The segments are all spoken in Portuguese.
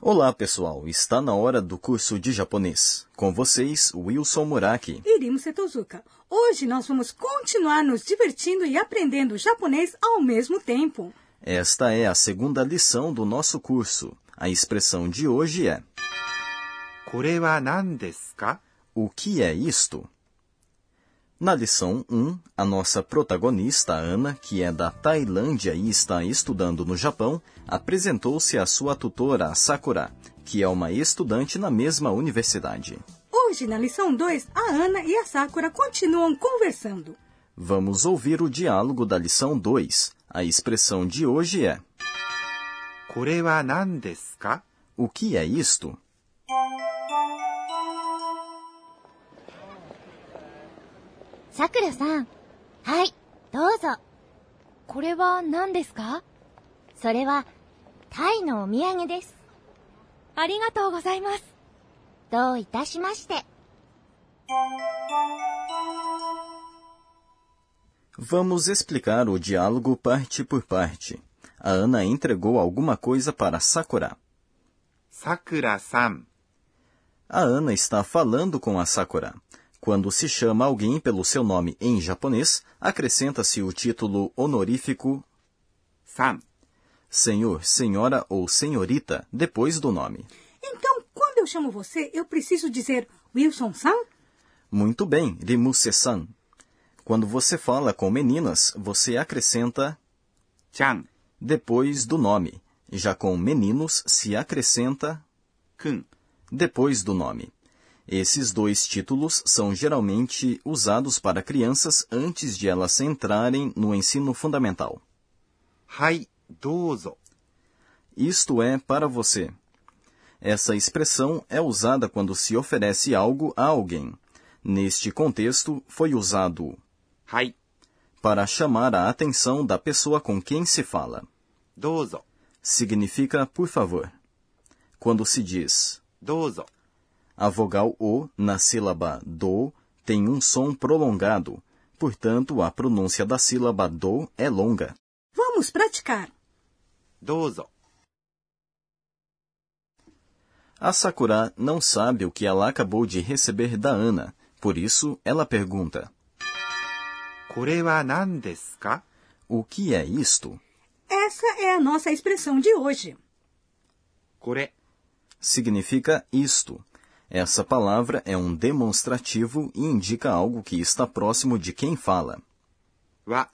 Olá, pessoal. Está na hora do curso de japonês. Com vocês, Wilson Muraki. Irimo Setozuka. Hoje nós vamos continuar nos divertindo e aprendendo japonês ao mesmo tempo. Esta é a segunda lição do nosso curso. A expressão de hoje é これは何ですか O que é isto? Na lição 1, a nossa protagonista, Ana, que é da Tailândia e está estudando no Japão, apresentou-se à sua tutora, Sakura, que é uma estudante na mesma universidade. Hoje, na lição 2, a Ana e a Sakura continuam conversando. Vamos ouvir o diálogo da lição 2. A expressão de hoje é これは何ですか O que é isto? さくらさん。はい、どうぞ。これは何ですかそれは、タイのお土産です。ありがとうございます。どういたしまして。 Vamos explicar o diálogo parte por parte. A Ana entregou alguma coisa para Sakura. さくらさん、 A Ana está falando com a Sakura. Quando se chama alguém pelo seu nome em japonês, acrescenta-se o título honorífico さん、 senhor, senhora ou senhorita depois do nome. Então, quando eu chamo você, eu preciso dizer Wilson-san? Muito bem, Rimuse-san. Quando você fala com meninas, você acrescenta ちゃん、 depois do nome. Já com meninos, se acrescenta くん、 depois do nome. Esses dois títulos são geralmente usados para crianças antes de elas entrarem no ensino fundamental. はい、どうぞ。 Isto é para você. Essa expressão é usada quando se oferece algo a alguém. Neste contexto, foi usado はい、 para chamar a atenção da pessoa com quem se fala. どうぞ、 Significa por favor. Quando se diz どうぞ、 A vogal O na sílaba do tem um som prolongado, portanto, a pronúncia da sílaba do é longa. Vamos praticar. どうぞ。 A Sakura não sabe o que ela acabou de receber da Ana, por isso ela pergunta: これは何ですか O que é isto? Essa é a nossa expressão de hoje. これ、 Significa isto. Essa palavra é um demonstrativo e indica algo que está próximo de quem fala. は、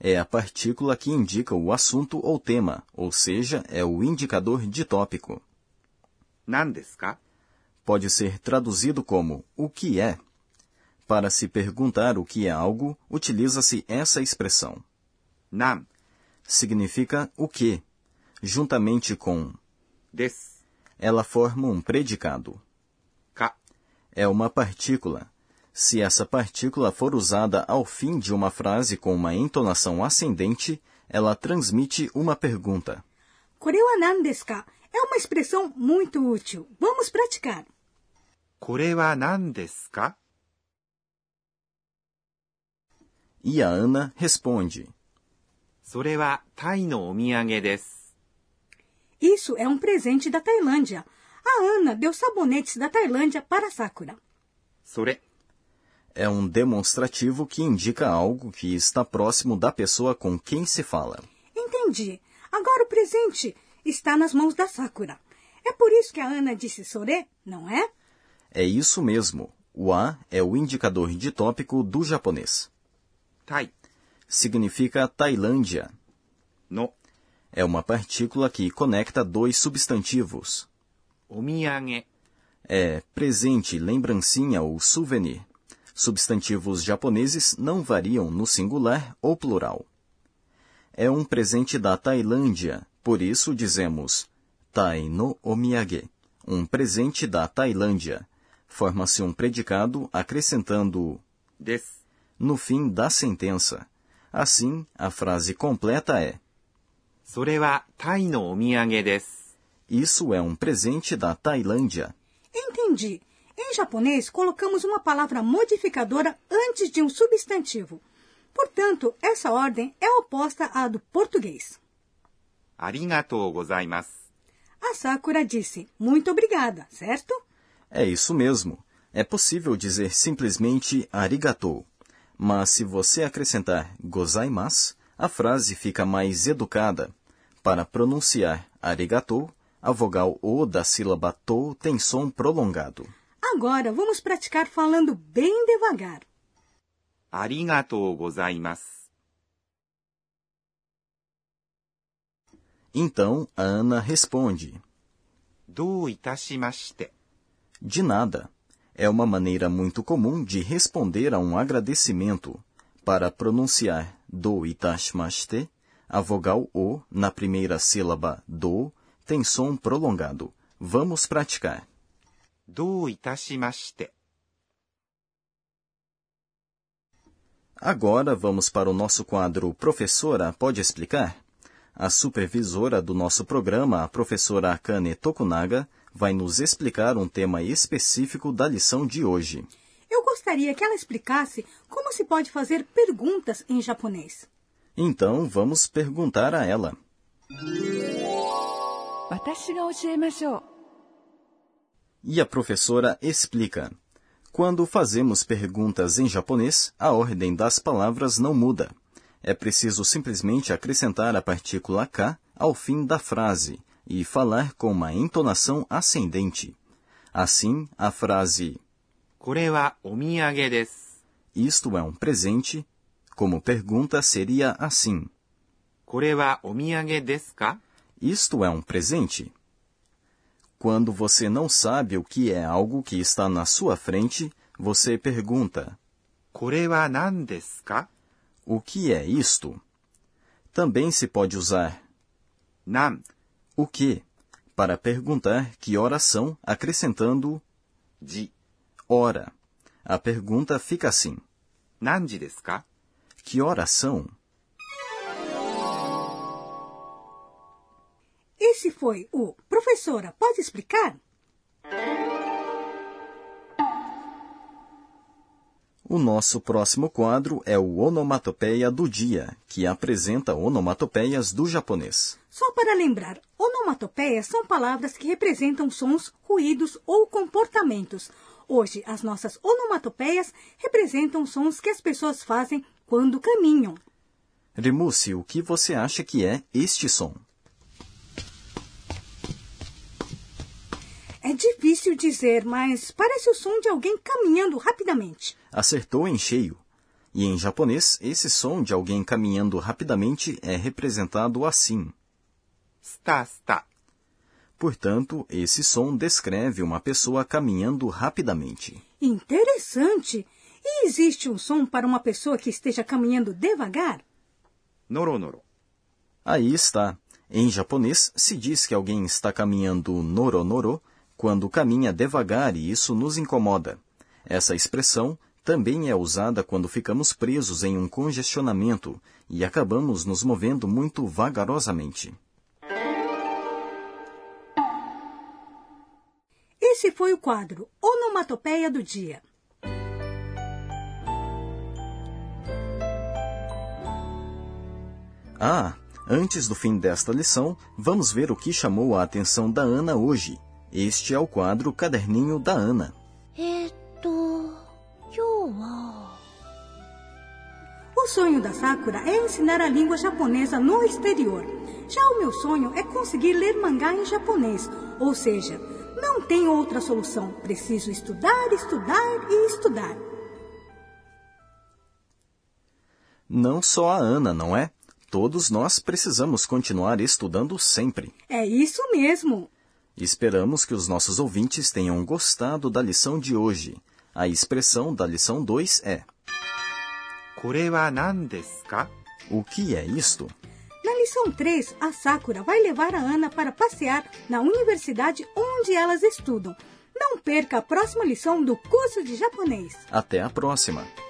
É a partícula que indica o assunto ou tema, ou seja, é o indicador de tópico. 何ですか pode ser traduzido como o que é. Para se perguntar o que é algo, utiliza-se essa expressão. なん、 Significa o que. Juntamente com です、 ela forma um predicado. か、 É uma partícula. Se essa partícula for usada ao fim de uma frase com uma entonação ascendente, ela transmite uma pergunta. Koreo nan desu ka? É uma expressão muito útil. Vamos praticar. これは何ですか E a Ana responde. それはタイのお土産です。 Isso é um presente da Tailândia. A Ana deu sabonetes da Tailândia para a Sakura. それ、 É um demonstrativo que indica algo que está próximo da pessoa com quem se fala. Entendi. Agora o presente está nas mãos da Sakura. É por isso que a Ana disse sore, não é? É isso mesmo. O A é o indicador de tópico do japonês. タイ Significa Tailândia. の É uma partícula que conecta dois substantivos. お土産、 É presente, lembrancinha ou souvenir. Substantivos japoneses não variam no singular ou plural. É um presente da Tailândia, por isso dizemos Tai no omiyage, um presente da Tailândia. Forma-se um predicado acrescentando です。 no fim da sentença. Assim, a frase completa é: それはタイのお土産です。 Isso é um presente da Tailândia. Entendi. Em japonês, colocamos uma palavra modificadora antes de um substantivo. Portanto, essa ordem é oposta à do português. ありがとうございます。 A Sakura disse muito obrigada, certo? É isso mesmo. É possível dizer simplesmente arigatou. Mas se você acrescentar gozaimasu, a frase fica mais educada. Para pronunciar arigatou, a vogal O da sílaba to tem som prolongado. Agora vamos praticar falando bem devagar. ありがとうございます。 Então, a Ana responde: どういたしまして。 De nada. É uma maneira muito comum de responder a um agradecimento. Para pronunciar do itashimashite, a vogal O na primeira sílaba do tem som prolongado. Vamos praticar. どういたしまして。 Agora vamos para o nosso quadro Professora Pode Explicar? A supervisora do nosso programa, a professora Akane Tokunaga, vai nos explicar um tema específico da lição de hoje. Eu gostaria que ela explicasse como se pode fazer perguntas em japonês. Então vamos perguntar a ela. 私が教えましょう。 E a professora explica. Quando fazemos perguntas em japonês, a ordem das palavras não muda. É preciso simplesmente acrescentar a partícula ka ao fim da frase e falar com uma entonação ascendente. Assim, a frase これはお土産です。 isto é um presente, como pergunta seria assim: これはお土産ですか Isto é um presente? Quando você não sabe o que é algo que está na sua frente, você pergunta: これは何ですか O que é isto? Também se pode usar なん、 o que para perguntar que horas são, acrescentando じ、 hora. A pergunta fica assim: 何時ですか Que horas são? Esse foi o Professora, pode explicar? O nosso próximo quadro é o Onomatopeia do Dia, que apresenta onomatopeias do japonês. Só para lembrar, onomatopeias são palavras que representam sons, ruídos ou comportamentos. Hoje, as nossas onomatopeias representam sons que as pessoas fazem quando caminham. Remusse, o que você acha que é este som? É difícil dizer, mas parece o som de alguém caminhando rapidamente. Acertou em cheio. E em japonês, esse som de alguém caminhando rapidamente é representado assim. スタスタ。 Portanto, esse som descreve uma pessoa caminhando rapidamente. Interessante! E existe um som para uma pessoa que esteja caminhando devagar? ノロノロ。 Aí está. Em japonês, se diz que alguém está caminhando noronoro quando caminha devagar e isso nos incomoda. Essa expressão também é usada quando ficamos presos em um congestionamento e acabamos nos movendo muito vagarosamente. Esse foi o quadro Onomatopeia do Dia. Ah, antes do fim desta lição, vamos ver o que chamou a atenção da Ana hoje. Este é o quadro Caderninho da Ana. えーっと、今日は、 O sonho da Sakura é ensinar a língua japonesa no exterior. Já o meu sonho é conseguir ler mangá em japonês, ou seja, não tem outra solução. Preciso estudar, estudar e estudar. Não só a Ana, não é? Todos nós precisamos continuar estudando sempre. É isso mesmo. Esperamos que os nossos ouvintes tenham gostado da lição de hoje. A expressão da lição 2 é: これは何ですか O que é isto? Na lição 3, a Sakura vai levar a Ana para passear na universidade onde elas estudam. Não perca a próxima lição do curso de japonês. Até a próxima!